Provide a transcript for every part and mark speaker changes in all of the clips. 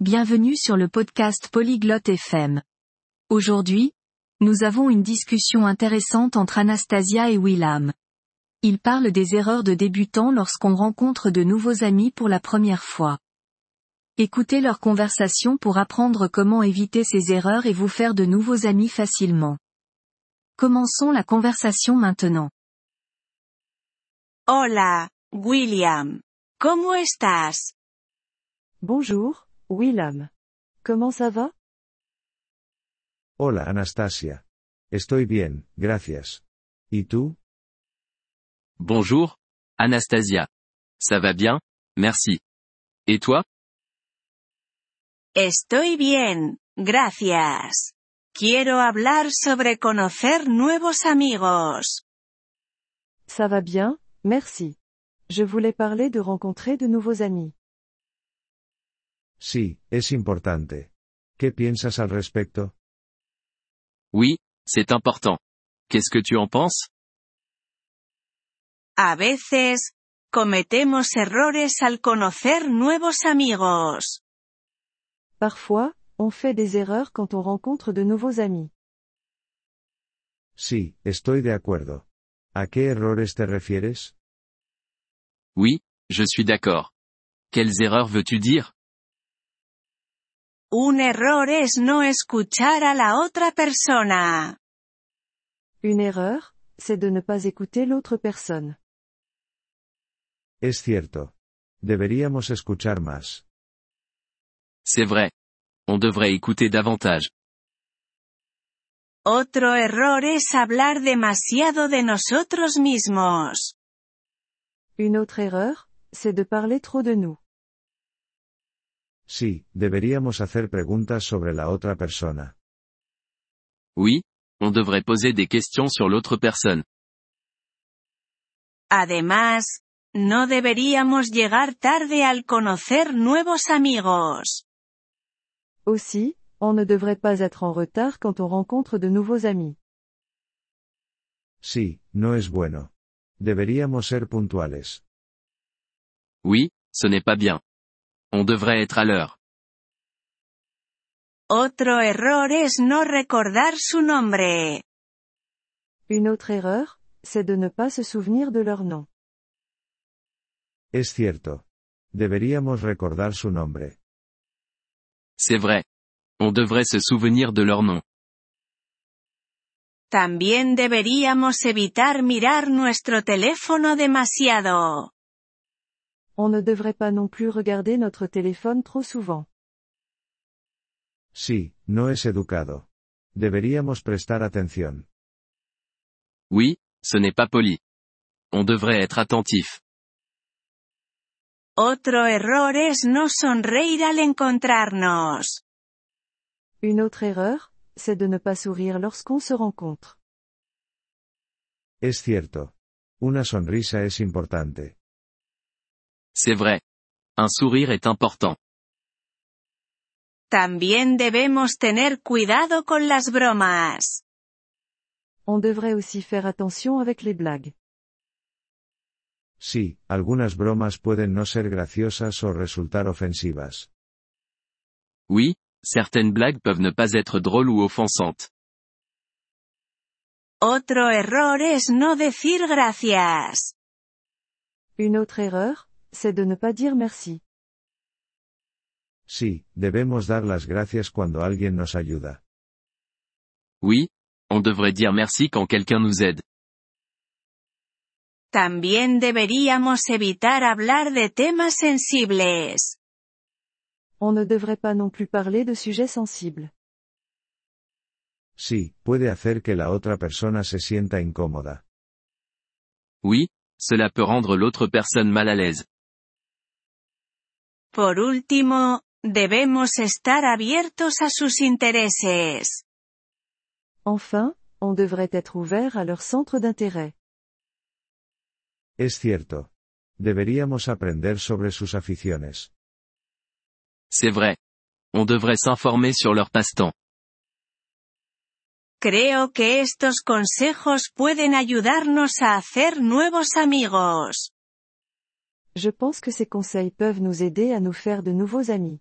Speaker 1: Bienvenue sur le podcast Polyglotte FM. Aujourd'hui, nous avons une discussion intéressante entre Anastasia et Willam. Ils parlent des erreurs de débutants lorsqu'on rencontre de nouveaux amis pour la première fois. Écoutez leur conversation pour apprendre comment éviter ces erreurs et vous faire de nouveaux amis facilement. Commençons la conversation maintenant.
Speaker 2: Hola, William. ¿Cómo estás?
Speaker 3: Bonjour, Willam. Comment ça va
Speaker 4: Hola Anastasia. Estoy bien, gracias. ¿Y tú?
Speaker 5: Bonjour, Anastasia. Ça va bien, merci. Et toi
Speaker 2: Estoy bien, gracias. Quiero hablar sobre conocer nuevos amigos.
Speaker 3: Ça va bien, merci. Je voulais parler de rencontrer de nouveaux amis.
Speaker 4: Sí, es importante. ¿Qué piensas al respecto?
Speaker 5: Oui, c'est important. Qu'est-ce que tu en penses
Speaker 2: A veces, cometemos errores al conocer nuevos amigos.
Speaker 3: Parfois, on fait des erreurs quand on rencontre de nouveaux amis.
Speaker 4: Sí, estoy de acuerdo. ¿A qué errores te refieres?
Speaker 5: Oui, je suis d'accord. Quelles erreurs veux-tu dire
Speaker 2: Un error es no escuchar a la otra persona.
Speaker 3: Une erreur, c'est de ne pas écouter l'autre personne.
Speaker 4: Es cierto. Deberíamos escuchar más.
Speaker 5: C'est vrai. On devrait écouter davantage.
Speaker 2: Otro error es hablar demasiado de nosotros mismos.
Speaker 3: Une autre erreur, c'est de parler trop de nous.
Speaker 4: Sí, deberíamos hacer preguntas sobre la otra persona.
Speaker 5: Oui, on devrait poser des questions sur l'autre personne.
Speaker 2: Además, no deberíamos llegar tarde al conocer nuevos amigos.
Speaker 3: Aussi, on ne devrait pas être en retard quand on rencontre de nouveaux amis.
Speaker 4: Sí, no es bueno. Deberíamos ser puntuales.
Speaker 5: Oui, ce n'est pas bien. On devrait être à l'heure.
Speaker 2: Otro error es no recordar su nombre.
Speaker 3: Une autre erreur, c'est de ne pas se souvenir de leur nom.
Speaker 4: Es cierto. Deberíamos recordar su nombre.
Speaker 5: C'est vrai. On devrait se souvenir de leur nom.
Speaker 2: También deberíamos evitar mirar nuestro teléfono demasiado.
Speaker 3: On ne devrait pas non plus regarder notre téléphone trop souvent.
Speaker 4: Sí, no es educado. Deberíamos prestar atención.
Speaker 5: Oui, ce n'est pas poli. On devrait être attentif.
Speaker 2: Otro error es no sonreír al encontrarnos.
Speaker 3: Une autre erreur, c'est de ne pas sourire lorsqu'on se rencontre.
Speaker 4: Es cierto. Una sonrisa es importante.
Speaker 5: C'est vrai. Un sourire est important.
Speaker 2: También debemos tener cuidado con las bromas.
Speaker 3: On devrait aussi faire attention avec les blagues.
Speaker 4: Sí, algunas bromas pueden no ser graciosas o resultar ofensivas.
Speaker 5: Oui, certaines blagues peuvent ne pas être drôles ou offensantes.
Speaker 2: Otro error es no decir gracias.
Speaker 3: Une autre erreur, c'est de ne pas dire merci.
Speaker 4: Sí, debemos dar las gracias cuando alguien nos ayuda.
Speaker 5: Oui, on devrait dire merci quand quelqu'un nous aide.
Speaker 2: También deberíamos evitar hablar de temas sensibles.
Speaker 3: On ne devrait pas non plus parler de sujets sensibles.
Speaker 4: Sí, puede hacer que la otra persona se sienta incómoda.
Speaker 5: Oui, cela peut rendre l'autre personne mal à l'aise.
Speaker 2: Por último, debemos estar abiertos a sus intereses.
Speaker 3: Enfin, on devrait être ouvert à leur centre d'intérêt.
Speaker 4: Es cierto. Deberíamos aprender sobre sus aficiones.
Speaker 5: C'est vrai. On devrait s'informer sur leur passe-temps.
Speaker 2: Creo que estos consejos pueden ayudarnos a hacer nuevos amigos.
Speaker 3: Je pense que ces conseils peuvent nous aider à nous faire de nouveaux amis.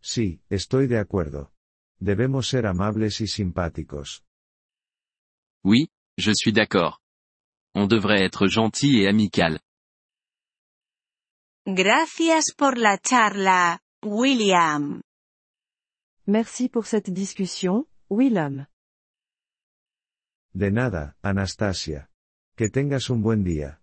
Speaker 4: Sí, estoy de acuerdo. Debemos ser amables y simpáticos.
Speaker 5: Oui, je suis d'accord. On devrait être gentil et amical.
Speaker 2: Gracias por la charla, William.
Speaker 3: Merci pour cette discussion, William.
Speaker 4: De nada, Anastasia. Que tengas un buen día.